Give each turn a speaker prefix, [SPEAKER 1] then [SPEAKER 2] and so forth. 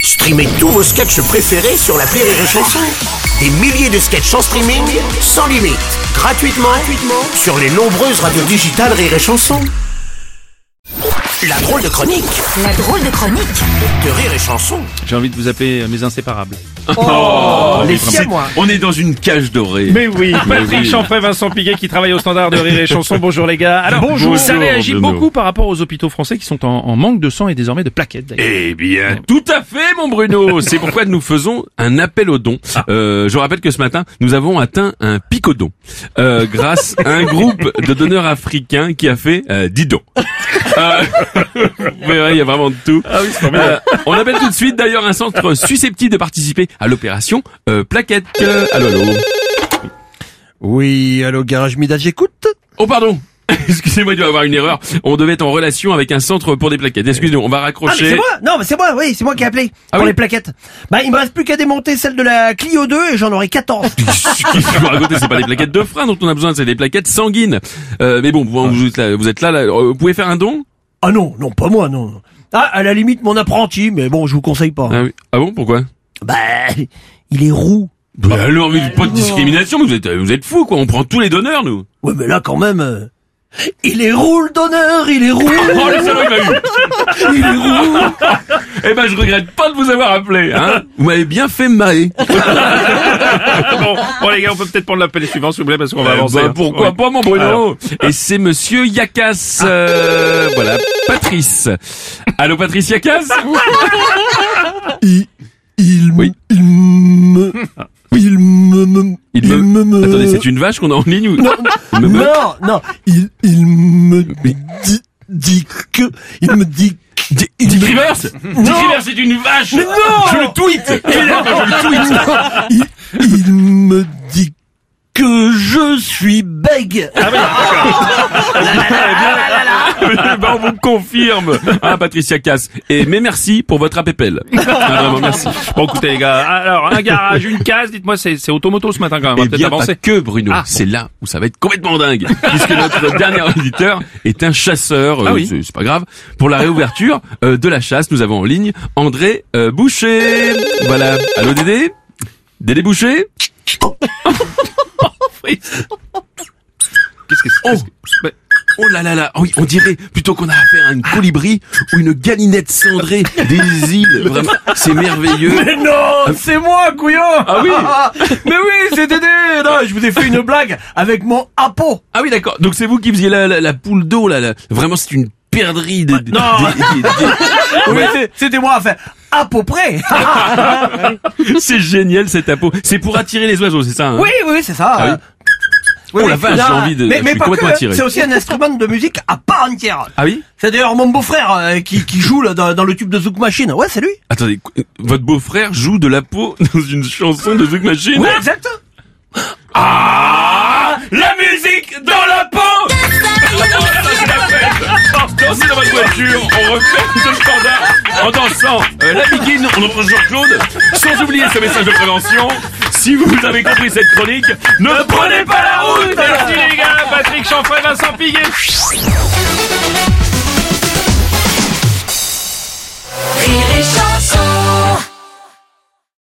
[SPEAKER 1] Streamez tous vos sketchs préférés sur la Rire et Chanson. Des milliers de sketchs en streaming, sans limite, gratuitement, gratuitement sur les nombreuses radios digitales Rire et Chanson. La drôle de chronique
[SPEAKER 2] La drôle de chronique.
[SPEAKER 1] de Rire et Chanson.
[SPEAKER 3] J'ai envie de vous appeler euh, mes inséparables. Ah,
[SPEAKER 4] Les Siamois.
[SPEAKER 5] On est dans une cage dorée.
[SPEAKER 3] Mais oui,
[SPEAKER 5] Mais
[SPEAKER 3] Patrick
[SPEAKER 5] oui.
[SPEAKER 3] Chanfray, Vincent Piguet qui travaille au standard de rire et chanson. Bonjour les gars. Alors,
[SPEAKER 5] Bonjour.
[SPEAKER 3] vous savez agit
[SPEAKER 5] Bruno.
[SPEAKER 3] beaucoup par rapport aux hôpitaux français qui sont en, en manque de sang et désormais de plaquettes d'ailleurs.
[SPEAKER 5] Eh bien, tout à fait, mon Bruno. C'est pourquoi nous faisons un appel aux dons. Euh, je rappelle que ce matin, nous avons atteint un pic aux dons euh, grâce à un groupe de donneurs africains qui a fait euh, 10 dons. Euh, vous verrez, il y a vraiment de tout. Euh, on appelle tout de suite d'ailleurs un centre susceptible de participer à l'opération euh, plaquette. Euh, Allô, allô.
[SPEAKER 6] Oui, allô, Garage Midas, j'écoute.
[SPEAKER 5] Oh pardon Excusez-moi, il doit y avoir une erreur. On devait être en relation avec un centre pour des plaquettes. Excusez-nous, on va
[SPEAKER 4] Ah, mais
[SPEAKER 5] raccrocher.
[SPEAKER 4] c'est moi Non, mais c'est moi, oui, c'est moi qui ai appelé
[SPEAKER 5] Ah
[SPEAKER 4] pour
[SPEAKER 5] oui.
[SPEAKER 4] les plaquettes. Bah, il me reste plus qu'à démonter celle de la Clio 2 et j'en aurai 14.
[SPEAKER 5] Je vous raconte, c'est pas des plaquettes de frein dont on a besoin, c'est des plaquettes sanguines. Euh, mais bon, vous, vous êtes là, vous êtes là, là, euh, vous pouvez faire un don
[SPEAKER 4] ah non, non, pas moi, non. non. Ah, à la limite, mon apprenti, mais bon, je vous conseille pas.
[SPEAKER 5] ah, oui. Ah bon, pourquoi
[SPEAKER 4] Bah, il est roux.
[SPEAKER 5] bah, Alors, mais pas de discrimination, mais vous êtes, vous êtes fous, quoi. On prend tous les donneurs, nous.
[SPEAKER 4] Ouais, mais là, quand même... euh, Il est roux, le donneur, il est roux
[SPEAKER 5] Oh, le salaud, il m'a eu
[SPEAKER 4] Il est roux
[SPEAKER 5] Eh ben, je regrette pas de vous avoir appelé, hein. Vous m'avez bien fait marrer. Eh.
[SPEAKER 3] bon, bon, les gars, on peut peut-être prendre l'appel suivant s'il vous plaît parce qu'on va
[SPEAKER 5] Euh,
[SPEAKER 3] avancer.
[SPEAKER 5] bah,
[SPEAKER 3] hein.
[SPEAKER 5] pourquoi
[SPEAKER 3] Ouais.
[SPEAKER 5] pas, mon Bruno Et c'est monsieur Yakas. euh, voilà, Patrice. Allô, Patrice Yakas
[SPEAKER 6] Il me,
[SPEAKER 5] Oui.
[SPEAKER 6] il me, il me, me-
[SPEAKER 5] Il me-
[SPEAKER 6] me-
[SPEAKER 5] Attendez, c'est une vache qu'on a en ligne ou... Me- me-
[SPEAKER 4] Non, non
[SPEAKER 6] il, il me dit, dit que, il me dit que, il
[SPEAKER 5] Dick
[SPEAKER 6] me-
[SPEAKER 5] Rivers Dick Rivers, c'est une vache Je le tweet
[SPEAKER 6] il, il me dit que je suis bègue.
[SPEAKER 5] ben, On vous confirme Ah, Patricia Cass. Et mais merci pour votre appel. Ah, vraiment, merci.
[SPEAKER 3] Bon, écoutez les gars, alors un garage, une case, dites-moi, c'est c'est automoto ce matin quand même. On va
[SPEAKER 5] Et
[SPEAKER 3] peut-être
[SPEAKER 5] Eh bien pas
[SPEAKER 3] avancer.
[SPEAKER 5] que Bruno,
[SPEAKER 3] Ah,
[SPEAKER 5] c'est là où ça va être complètement dingue, puisque notre dernier auditeur est un chasseur, euh,
[SPEAKER 3] Ah oui.
[SPEAKER 5] c'est c'est pas grave. Pour la réouverture euh, de la chasse, nous avons en ligne André euh, Boucher. Voilà, allô Dédé Dédé Boucher
[SPEAKER 3] Qu'est-ce que c'est
[SPEAKER 5] Oh, bah, oh là là là, Ah oui, on dirait plutôt qu'on a affaire à une colibri ou une galinette cendrée des îles. Vraiment, c'est merveilleux.
[SPEAKER 4] Mais non, c'est moi, couillon Ah
[SPEAKER 5] oui.
[SPEAKER 4] Mais oui, c'est Dédé Non, je vous ai fait une blague avec mon apo
[SPEAKER 5] Ah oui, d'accord. Donc c'est vous qui faisiez la, la, la poule d'eau là. là. Vraiment, c'est une perdrix. De, de-
[SPEAKER 4] Non.
[SPEAKER 5] des- des-
[SPEAKER 4] Oui, c'est- c'était moi à faire à peu près.
[SPEAKER 5] Ah des- C'est génial cette appo. C'est pour attirer les oiseaux, c'est ça hein
[SPEAKER 4] oui, oui, c'est ça.
[SPEAKER 5] Ah oui.
[SPEAKER 4] Euh,
[SPEAKER 5] Oh la vache,
[SPEAKER 4] Non,
[SPEAKER 5] j'ai envie de-
[SPEAKER 4] Mais,
[SPEAKER 5] je
[SPEAKER 4] mais
[SPEAKER 5] suis
[SPEAKER 4] pas
[SPEAKER 5] complètement
[SPEAKER 4] que,
[SPEAKER 5] attiré.
[SPEAKER 4] C'est aussi un instrument de musique à part entière.
[SPEAKER 5] Ah oui
[SPEAKER 4] C'est d'ailleurs mon beau-frère euh, qui, qui joue là, dans, dans le tube de Zouk Machine. Ouais, c'est lui.
[SPEAKER 5] Attendez, qu- euh, votre beau-frère joue de la peau dans une chanson de Zouk Machine
[SPEAKER 4] Oui, exact.
[SPEAKER 5] Ah La musique dans la peau Danser dans votre voiture, on refait ce standard en dansant euh, la biguine, on entend Jean-Claude, sans oublier ce message de prévention. Si vous avez compris cette chronique, ne prenez pas la route
[SPEAKER 3] Merci les gars, Patrick Chanfray, Vincent Piguet.